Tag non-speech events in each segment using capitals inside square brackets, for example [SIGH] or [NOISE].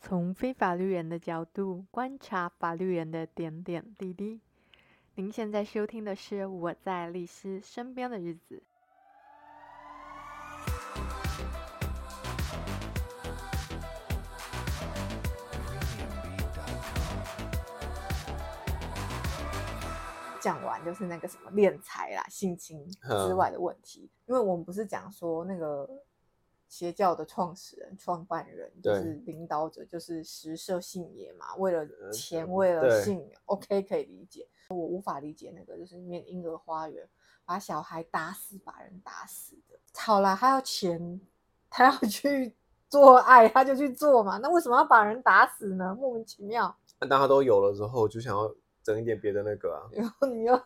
从非法律人的角度观察法律人的点点滴滴。您现在收听的是《我在律师身边的日子》。讲完就是那个什么敛财啦、性侵之外的问题，因为我们不是讲说那个邪教的创始人、创办人就对是领导者，就是食色性也嘛，为了呃钱，对为了对性，OK 可以理解。我无法理解那个就是面婴儿花园把小孩打死，把人打死的。好啦，他要钱，他要去做爱，他就去做嘛，那为什么要把人打死呢？莫名其妙。那大家都有了之后，就想要整一点别的那 [LAUGHS] 个啊。然后你用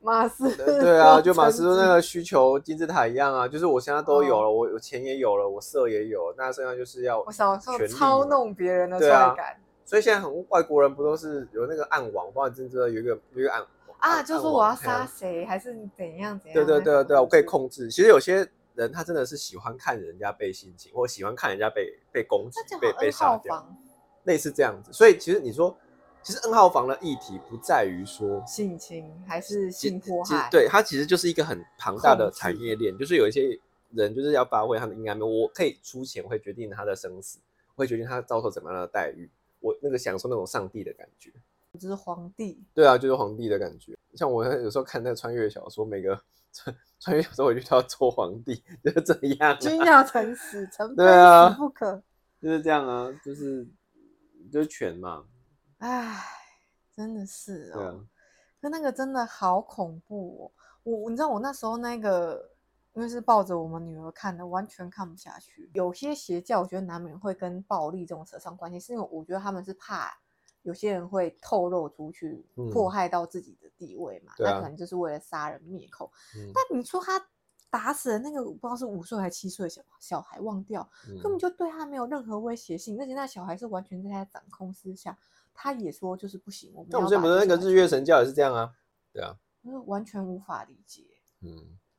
马斯对对啊，就马斯洛洛那个需求金字塔一样啊，就是我现在都有了，我我钱也有了，我色也有了，那剩下就是 [LAUGHS] 要哦我小时候权力操嘛弄别人的对啊快感所以现在很外国人不都是有那个暗网，我不知道你知不知道有一个有一个暗啊暗就说暗我网要嘿啊杀谁，还是怎样怎样。对对对啊对啊，我可以控。控制。其实有些人他真的是喜欢看人家被性侵，或喜欢看人家被被攻击那这、样被好像被 N 杀号掉，房类似这样子。所以其实你说，其实 N 号房的议题不在于说性侵还是其性迫其实害？对它其实就是一个很庞大的控制产业链，就是有一些人就是要发挥他的应该面，我可以出钱会决定他的生死，会决定他遭受怎么样的待遇，我那个享受那种上帝的感觉。就是皇帝。对啊，就是皇帝的感觉。像我有时候看那个穿越小说，每个 [LAUGHS] 穿穿越小说我就叫他做皇帝，就是这 [LAUGHS] 样、君啊，要臣死，臣对非啊死不可。就是这样啊，就是就是权嘛，唉，真的是对啊哦，，可那个真的好恐怖哦。我你知道我那时候那个，因为是抱着我们女儿看的，完全看不下去。有些邪教，我觉得难免会跟暴力这种扯上关系，是因为我觉得他们是怕有些人会透露出去，迫嗯害到自己的地位嘛，对那啊可能就是为了杀人灭口。嗯但你说他打死了那个，不知道是五岁还是七岁的小小孩，忘掉，根本嗯就对他没有任何威胁性，而且那小孩是完全在他掌控之下。他也说就是不行，我们那要把我们之前不这是那个小孩日月神教也是这样啊，就是完全无法理解，嗯，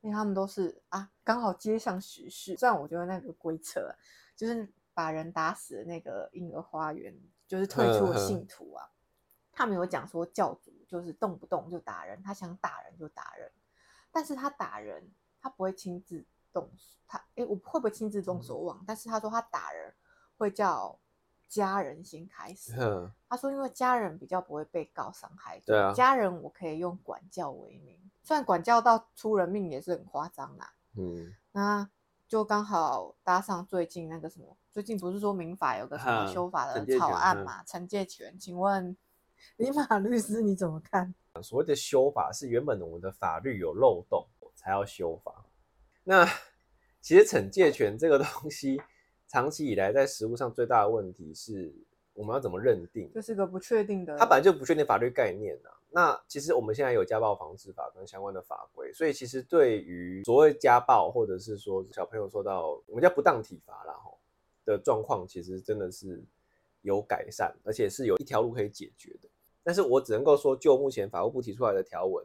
因为他们都是啊，刚好接上时事。虽然我觉得那个规则啊就是把人打死的那个婴儿花园，就是退出了嗯嗯信徒啊，他们有讲说教主就是动不动就打人，他想打人就打人，但是他打人他不会亲自动手，他诶，我会不会亲自嗯动手网？但是他说他打人会叫家人先开始，哼，他说，因为家人比较不会被告伤害，嗯对啊家人我可以用管教为名，虽然管教到出人命也是很夸张啦，嗯，那就刚好搭上最近那个什么，最近不是说民法有个什么哈修法啊惩的戒草权案嗯嘛，惩戒权，请 [LAUGHS] 问李马律师你怎么看？所谓的修法是原本我们的法律有漏洞才要修法。那其实惩戒权这个东西，长期以来在实务上最大的问题是，我们要怎么认定？就是个不确定的，它本来就不确定法律概念啊。那其实我们现在有家暴防治法跟相关的法规，所以其实对于所谓家暴，或者是说小朋友受到我们叫不当体罚啦吼的状况，其实真的是有改善，而且是有一条路可以解决的。但是我只能够说，就目前法务部提出来的条文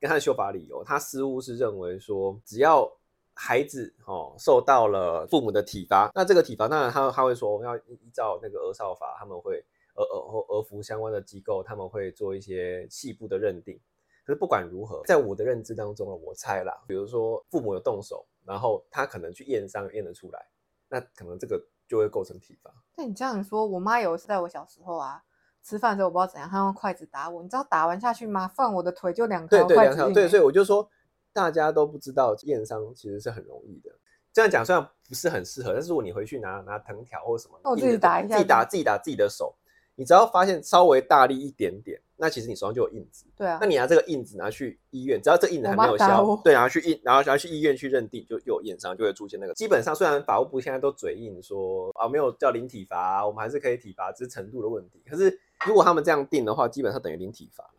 跟他的修法理由，他似乎是认为说，只要孩子哦受到了父母的体罚，那这个体罚当然他他会说我们要依依照那个儿少法，他们会儿儿或儿福相关的机构，他们会做一些细部的认定。可是不管如何，在我的认知当中呢，啊我猜啦，比如说父母有动手，然后他可能去验伤验得出来，那可能这个就会构成体罚。那你这样说，我妈有一次在我小时候啊，吃饭的时候我不知道怎样，她用筷子打我，你知道打完下去吗？放我的腿就两对条对，筷两子条印对，欸所以我就说，大家都不知道验伤其实是很容易的。这样讲虽然不是很适合，但是如果你回去拿拿藤条或什么，那我哦硬自己的打一下自己打子自己打自己的手，你只要发现稍微大力一点点，那其实你手上就有印子。对啊那，你拿这个印子拿去医院，只要这个印子我还妈没有打消我，对，然后去医，然后然后去医院去认定，就就有验伤，就会出现那个。基本上虽然法务部现在都嘴硬说啊没有叫零体罚啊、我们还是可以体罚，只是程度的问题。可是如果他们这样定的话，基本上等于零体罚了。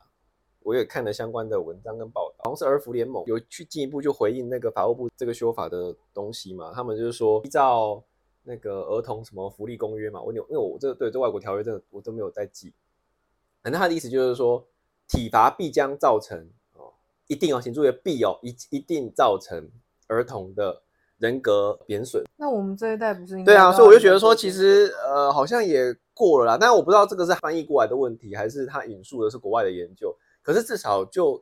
我也看了相关的文章跟报道，好像是儿福联盟有去进一步就回应那个法务部这个修法的东西嘛，他们就是说依照那个儿童什么福利公约嘛，我有因为我这个对这外国条约真的我都没有在记，反正他的意思就是说，体罚必将造成哦，一定哦，请注意必哦，一一定造成儿童的人格贬损。那我们这一代不是应该对啊，都所以我要就觉得说，有其实呃，好像也过了啦。但我不知道这个是翻译过来的问题，还是他引述的是国外的研究。可是至少就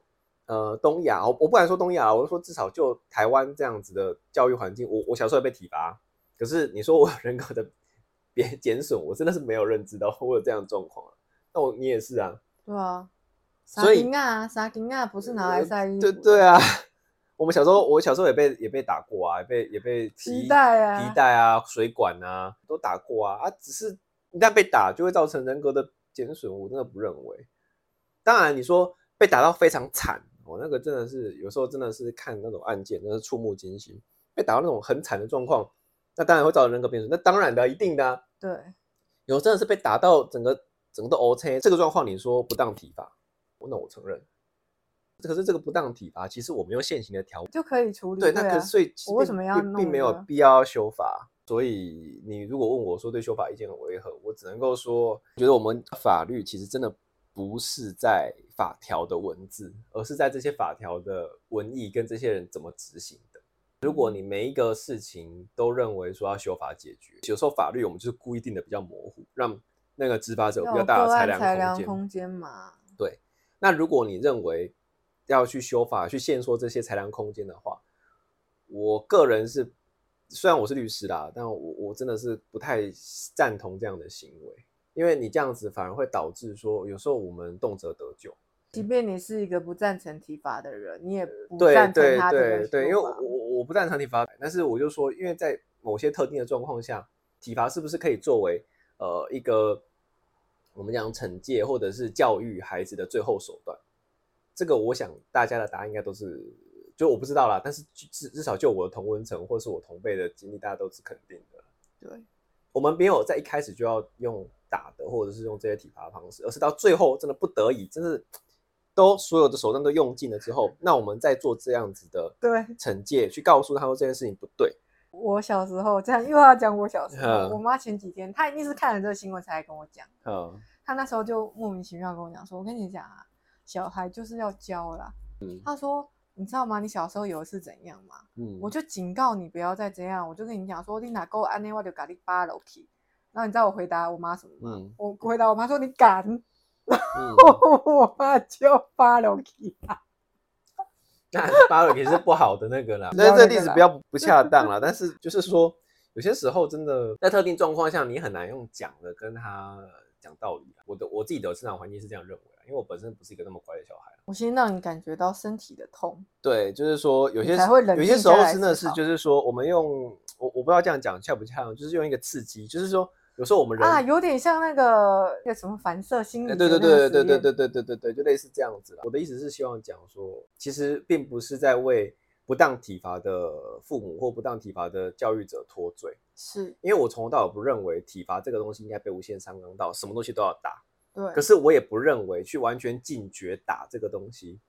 呃东亚，我我不敢说东亚，我就说至少就台湾这样子的教育环境，我我小时候也被体罚，可是你说我有人格的 [LAUGHS] 别减损，我真的是没有认知到我有这样的状况啊。那我你也是啊，对啊，撒所以金啊，撒金啊，不是拿来呃晒衣服对的，对啊，我们小时候，我小时候也被也被打过啊，也被也被皮踢带啊皮带啊、水管啊都打过啊啊！只是一旦被打，就会造成人格的减损，我真的不认为。当然，你说被打到非常惨，我、那个真的是有时候真的是看那种案件，真的是触目惊心。被打到那种很惨的状况，那当然会造成人格贬损，那当然的，一定的啊、对，有真的是被打到整个整个都 OK，这个状况你说不当体罚，那我承认。可是这个不当体罚，其实我们用现行的条就可以处理。对，那可啊是所以其实我为并什么要并并弄没有呢必要修法？所以你如果问我说对修法意见很违和，我只能够说，觉得我们法律其实真的不是在法条的文字，而是在这些法条的文意跟这些人怎么执行的。如嗯果你每一个事情都认为说要修法解决，有时候法律我们就是故意定的比较模糊，让那个执法者有要比较有大个的裁案量裁空量间。空间嘛，那如果你认为要去修法、去限缩这些裁量空间的话，我个人是，虽然我是律师啦，但我我真的是不太赞同这样的行为，因为你这样子反而会导致说，有时候我们动辄得咎。即便你是一个不赞成体罚的人，你也不嗯呃对赞成对他这对个对，因为说我法我我不赞成体罚，但是我就说，因为在某些特定的状况下，体罚是不是可以作为呃一个我们讲惩戒或者是教育孩子的最后手段？这个我想大家的答案应该都是，就我不知道啦，但是至至至少就我的同温层或是我同辈的经历，大家都是肯定的。对我们没有在一开始就要用打的，或者是用这些体罚方式，而是到最后真的不得已，真是都所有的手段都用尽了之后，那我们再做这样子的对，惩戒，去告诉他说这件事情不对。我小时候这样又要讲我小时候，嗯我妈前几天她一定是看了这个新闻才来跟我讲，嗯，她那时候就莫名其妙跟我讲说，我跟你讲啊，小孩就是要教啦。她说你知道吗？你小时候有一次怎样吗？嗯我就警告你不要再这样，我就跟你讲说，你哪够安内我就咖喱扒楼梯。然后你知道我回答我妈什么吗？嗯我回答我妈说你敢， [LAUGHS] 嗯，哦我妈就扒楼梯。那八二也是不好的那个啦。不要那这那例个子啦不要不恰当啦，但是就是说，有些时候真的在特定状况下，你很难用讲的跟他讲道理啊啦。我的我自己的成长环境是这样认为啊啦，因为我本身不是一个那么乖的小孩。我先让你感觉到身体的痛，对，就是说有你些才时会冷有些静时下候来真的思是考就是说我们用我我不知道这样讲恰不恰当，就是用一个刺激，就是说有时候我们人啊，有点像那个那个什么反射心理呃学对那个对实对对对对验对对对对对，就类似这样子啦。我的意思是希望讲说，其实并不是在为不当体罚的父母或不当体罚的教育者脱罪，是，因为我从头到尾不认为体罚这个东西应该被无限上纲到什么东西都要打，对。可是我也不认为去完全禁绝打这个东西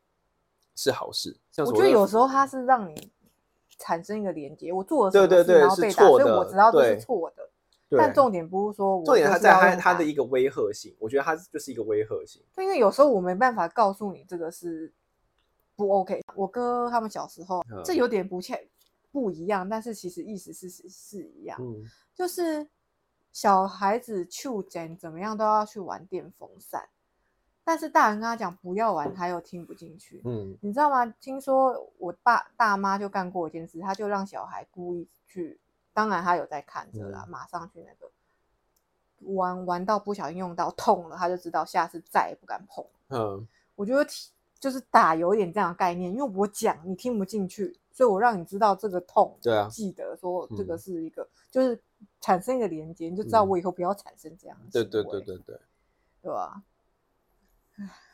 是好事。像我所觉得谓的有时候它是让你产生一个连接，我做了什对么事对对然后是被打，错所以我的知道这对是错的。对但重点不是说我重点就它是在要它用它打的一个威吓性，我觉得它就是一个威吓性。因为有时候我没办法告诉你这个是不 OK。我哥他们小时候，这嗯有点不切不一样，但是其实意思是是是一样，嗯就是小孩子去捡怎么样都要去玩电风扇，但是大人跟他讲不要玩，他又听不进去。嗯你知道吗？听说我爸大妈就干过一件事，她就让小孩故意去，当然她有在看着嗯啦，马上去那个玩玩到不小心用到痛了，她就知道下次再也不敢碰。嗯，我觉得体就是打有一点这样的概念，因为我讲你听不进去，所以我让你知道这个痛，对啊记得说这个嗯是一个，就是产生一个连接，你就知道嗯我以后不要产生这样的、对对对，对对对啊吧？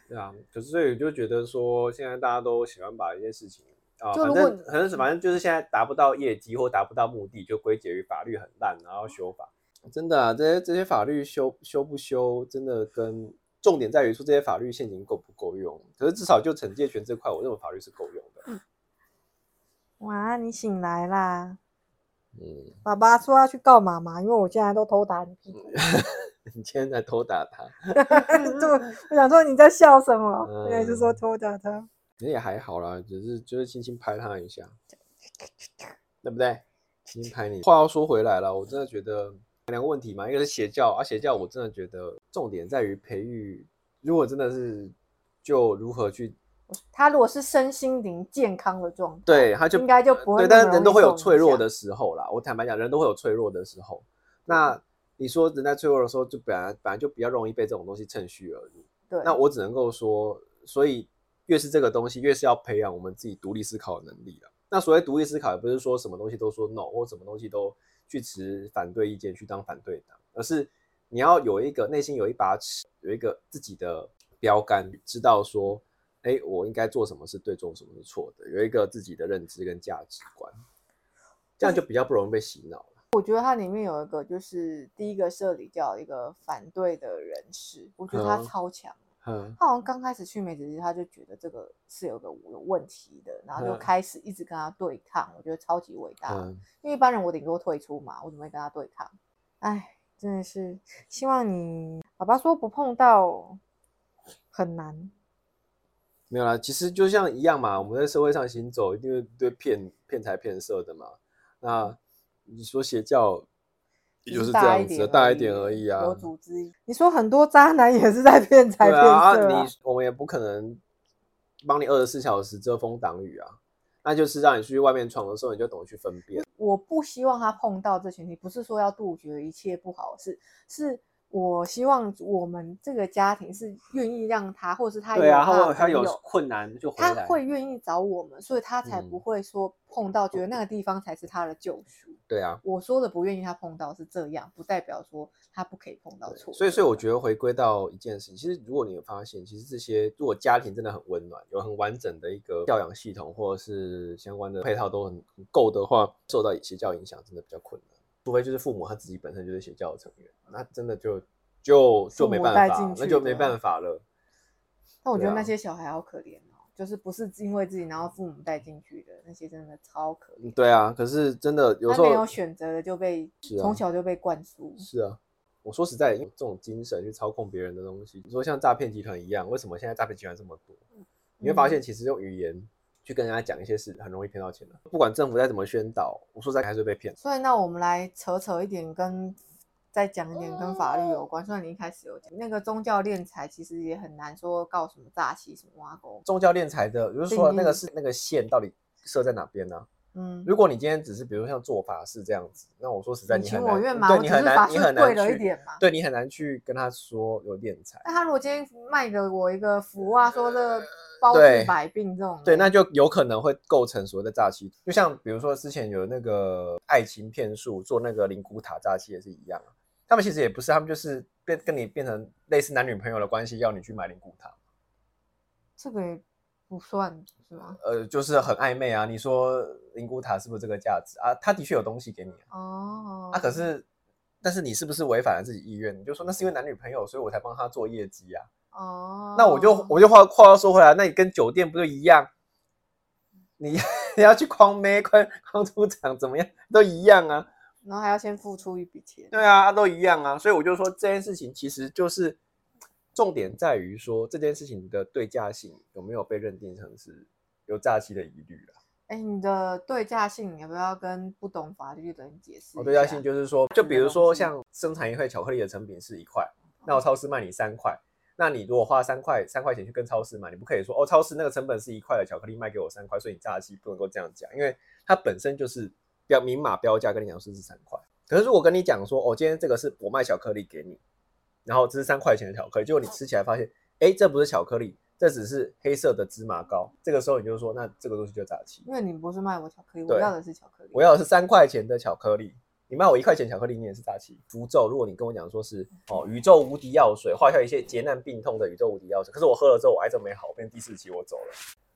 对啊！可是所以就觉得说，现在大家都喜欢把一些事情啊，就反如果正你反正反正就是现在达不到业绩或达不到目的，就归结于法律很烂，然后修法。真的啊，这些这些法律修修不修，真的跟重点在于说这些法律现行够不够用。可是至少就惩戒权这块，我认为法律是够用的。哇，你醒来啦！嗯， [LAUGHS] 爸爸说要去告妈妈，因为我现在都偷打你屁股。你今天在偷打他， [LAUGHS] 就我想说你在笑什么？嗯原来是说偷打他。 [LAUGHS] 其实也还好啦，只是就是轻轻拍他一下，对不对？金牌你。话要说回来了，我真的觉得两个问题嘛，一个是邪教啊，邪教我真的觉得重点在于培育，如果真的是就如何去他如果是身心灵健康的状态，对，他就应该就不会对，那么但是人都会有脆弱容的时候啦。我坦白讲，人都会有脆弱的时候。那你说人在脆弱的时候，就本来本来就比较容易被这种东西趁虚而入。对，那我只能够说，所以越是这个东西，越是要培养我们自己独立思考的能力了。那所谓独立思考，也不是说什么东西都说 no 或什么东西都去持反对意见去当反对党，而是你要有一个内心有一把尺，有一个自己的标杆，知道说，哎，我应该做什么是对，做什么是错的，有一个自己的认知跟价值观，这样就比较不容易被洗脑了。我觉得它里面有一个就是第一个社里叫一个反对的人士，我觉得他嗯超强。嗯，他好像刚开始去美职，他就觉得这个是有个有问题的，然后就嗯开始一直跟他对抗。我觉得超级伟大的，嗯因为一般人我顶多退出嘛，我怎么会跟他对抗？哎，真的是希望你爸爸说不碰到很难，没有啦，其实就像一样嘛，我们在社会上行走，一定会对骗骗财骗色的嘛。那你说邪教，也就是这样子，大一点而已啊。有组织。你说很多渣男也是在 [LAUGHS] 骗财对骗色啊，啊你我们也不可能帮你二十四小时遮风挡雨啊。那就是让你去外面闯的时候，你就懂得去分辨。我不希望他碰到这群体，不是说要杜绝一切不好的事，是我希望我们这个家庭是愿意让他，或是他有对啊，他他的会他朋有友困难就回他来。会愿意找我们，所以他才不嗯会说碰到觉得那个地方才是他的救赎。对啊，我说的不愿意他碰到是这样，不代表说他不可以碰到对错的。所以，所以我觉得回归到一件事情，其实如果你有发现，其实这些如果家庭真的很温暖，有很完整的一个教养系统或者是相关的配套都很很够的话，受到邪教影响真的比较困难。除非就是父母他自己本身就是邪教的成员，那真的就就父就没母办带法进了，那去就的没办法了。但我觉对得那啊些小孩好可怜哦，就是不是因为自己然后父母带进去的那些，真的超可怜。对啊，可是真的有时他没候有选择的就被是啊从小就被灌输。是啊，我说实在，用这种精神去操控别人的东西，你说像诈骗集团一样，为什么现在诈骗集团这么多？你会发嗯现，其实用语言去跟人家讲一些事，很容易骗到钱的。不管政府再怎么宣导，我说实在还是会被骗。所以那我们来扯扯一点跟，再讲一点跟法律有哦关。虽然你一开始有讲那个宗教敛财，其实也很难说告什么诈欺什么挖沟。宗教敛财的，就是说定义那个是那个线到底设在哪边呢、嗯，如果你今天只是比如像做法事这样子，那我说实在你你情很我难，愿嘛，对我你只很是难，法你税很贵难了一去，点嘛。对你很难去跟他说有敛财。那他如果今天卖给我一个福啊，说这个包治呃对百病这种，对，那就有可能会构成所谓的诈欺，就像比如说之前有那个爱情骗术做那个灵骨塔诈欺也是一样啊，他们其实也不是，他们就是变跟你变成类似男女朋友的关系，要你去买灵骨塔，这个也不算是吗？呃，就是很暧昧啊。你说灵骨塔是不是这个价值啊？他的确有东西给你啊，哦，啊可是但是你是不是违反了自己意愿？你就说那是因为男女朋友，所以我才帮他做业绩啊。哦，那我就我就话话又说回来，那你跟酒店不就一样？你 [LAUGHS] 你要去框妹、框框出场怎么样，都一样啊。然后还要先付出一笔钱。对啊，都一样啊。所以我就说这件事情其实就是重点在于说这件事情的对价性有没有被认定成是有诈欺的疑虑啊？哎，你的对价性，你要不要跟不懂法律的人解释一下？哦我对价性就是说，就比如东说西像生产一块巧克力的成品是一块，那我超市卖你三块，那你如果花三块三块钱去跟超市买，你不可以说哦，超市那个成本是一块的巧克力卖给我三块，所以你诈欺，不能够这样讲，因为它本身就是标明码标价跟你讲说是三块。可是如果跟你讲说哦，今天这个是我卖巧克力给你，然后这是三块钱的巧克力，结果你吃起来发现，哎，这不是巧克力，这只是黑色的芝麻糕，这个时候你就说那这个东西就诈欺。因为你不是卖我巧克力，我对要的是巧克力。我要的是三块钱的巧克力，你卖我一块钱巧克力，你也是诈欺。符咒，如果你跟我讲说是哦宇宙无敌药水，化消一切劫难病痛的宇宙无敌药水，可是我喝了之后我癌症没好，变第四期我走了。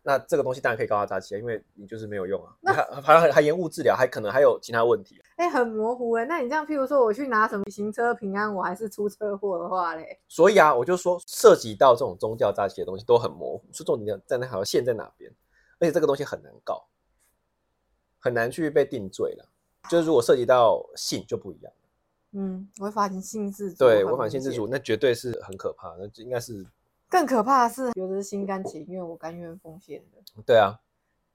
那这个东西当然可以告他诈欺，因为你就是没有用啊，你还还还还延误治疗，还可能还有其他问题。哎、很模糊哎、那你这样，譬如说我去拿什么行车平安，我还是出车祸的话嘞，所以啊，我就说涉及到这种宗教诈欺的东西都很模糊，是重点在那条线在哪边，而且这个东西很难告，很难去被定罪了。就是如果涉及到性就不一样。嗯，违法性自主，对，很违反明性自显主，。那绝对是很可怕，那就应该是更可怕的是，有的是心甘情愿，我甘愿奉献的。对啊，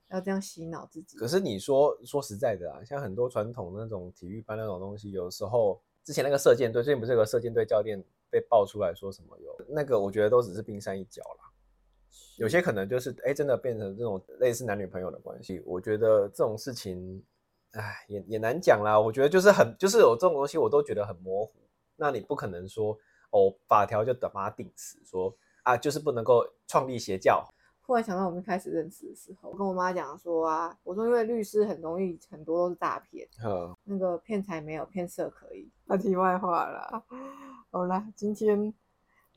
要这样洗脑自己。可是你说说实在的啊，像很多传统那种体育班那种东西，有时候之前那个射箭队，最近不是有个射箭队教练被爆出来说什么有那个，我觉得都只是冰山一角啦。有些可能就是哎、真的变成这种类似男女朋友的关系，我觉得这种事情，哎，也也难讲啦。我觉得就是很就是有这种东西，我都觉得很模糊。那你不可能说哦，法条就把它定死，说啊，就是不能够创立邪教。 [LAUGHS] 忽然想到我们一开始认识的时候，我跟我妈讲说啊，我说因为律师很容易很多都是诈骗，呃，那个骗财没有，骗色可以。那题外话啦，好啦，今天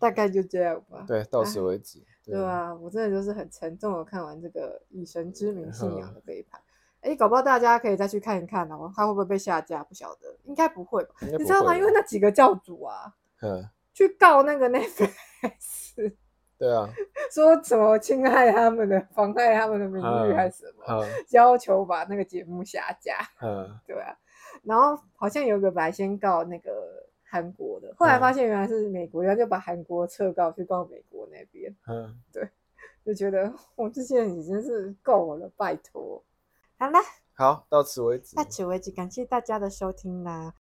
大概就这样吧。对，到此为止。对啊，我真的就是很沉重的看完这个以神之名信仰嗯的背叛。哎，搞不好大家可以再去看一看哦，它会不会被下架？不晓得，应该不会吧？应该你不知道会吗？吧因为那几个教主啊，嗯，去告那个 Netflix，对啊， [LAUGHS] 说什么侵害他们的、妨害他们的名誉嗯还是什么，嗯要求把那个节目下架。嗯，对啊，然后好像有个白先告那个韩国的，后来发嗯现原来是美国，然后就把韩国撤告去告美国那边，嗯，就觉得我这些人已经是够了，拜托。好啦，好，到此为止那。此为止，感谢大家的收听啦。